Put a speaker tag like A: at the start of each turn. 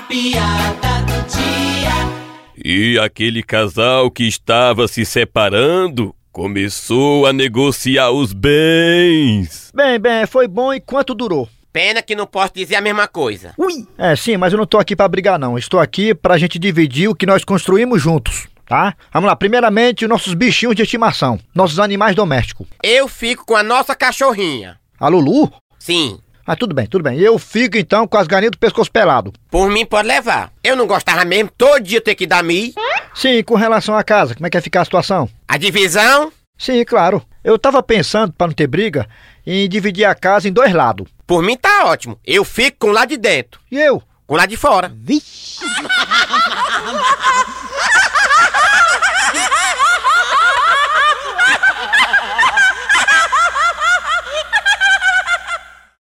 A: piada do dia.
B: E aquele casal que estava se separando começou a negociar os bens.
C: Bem, bem, foi bom enquanto durou.
D: Pena que não posso dizer a mesma coisa.
C: Ui! É, sim, mas eu não tô aqui pra brigar, não. Estou aqui pra gente dividir o que nós construímos juntos, tá? Vamos lá, primeiramente, os nossos bichinhos de estimação, nossos animais domésticos.
D: Eu fico com a nossa cachorrinha.
C: A Lulu?
D: Sim,
C: Ah, tudo bem, tudo bem. Eu fico então com as galinhas do pescoço pelado.
D: por mim pode levar. Eu não gostava mesmo todo dia ter que dar mi.
C: Sim, com relação à casa, como é que vai ficar a situação?
D: A divisão,
C: Sim, claro. Eu tava pensando, pra não ter briga, em dividir a casa em dois lados.
D: por mim tá ótimo. Eu fico com lá de dentro,
C: E eu?
D: com lá de fora.
C: Vixe!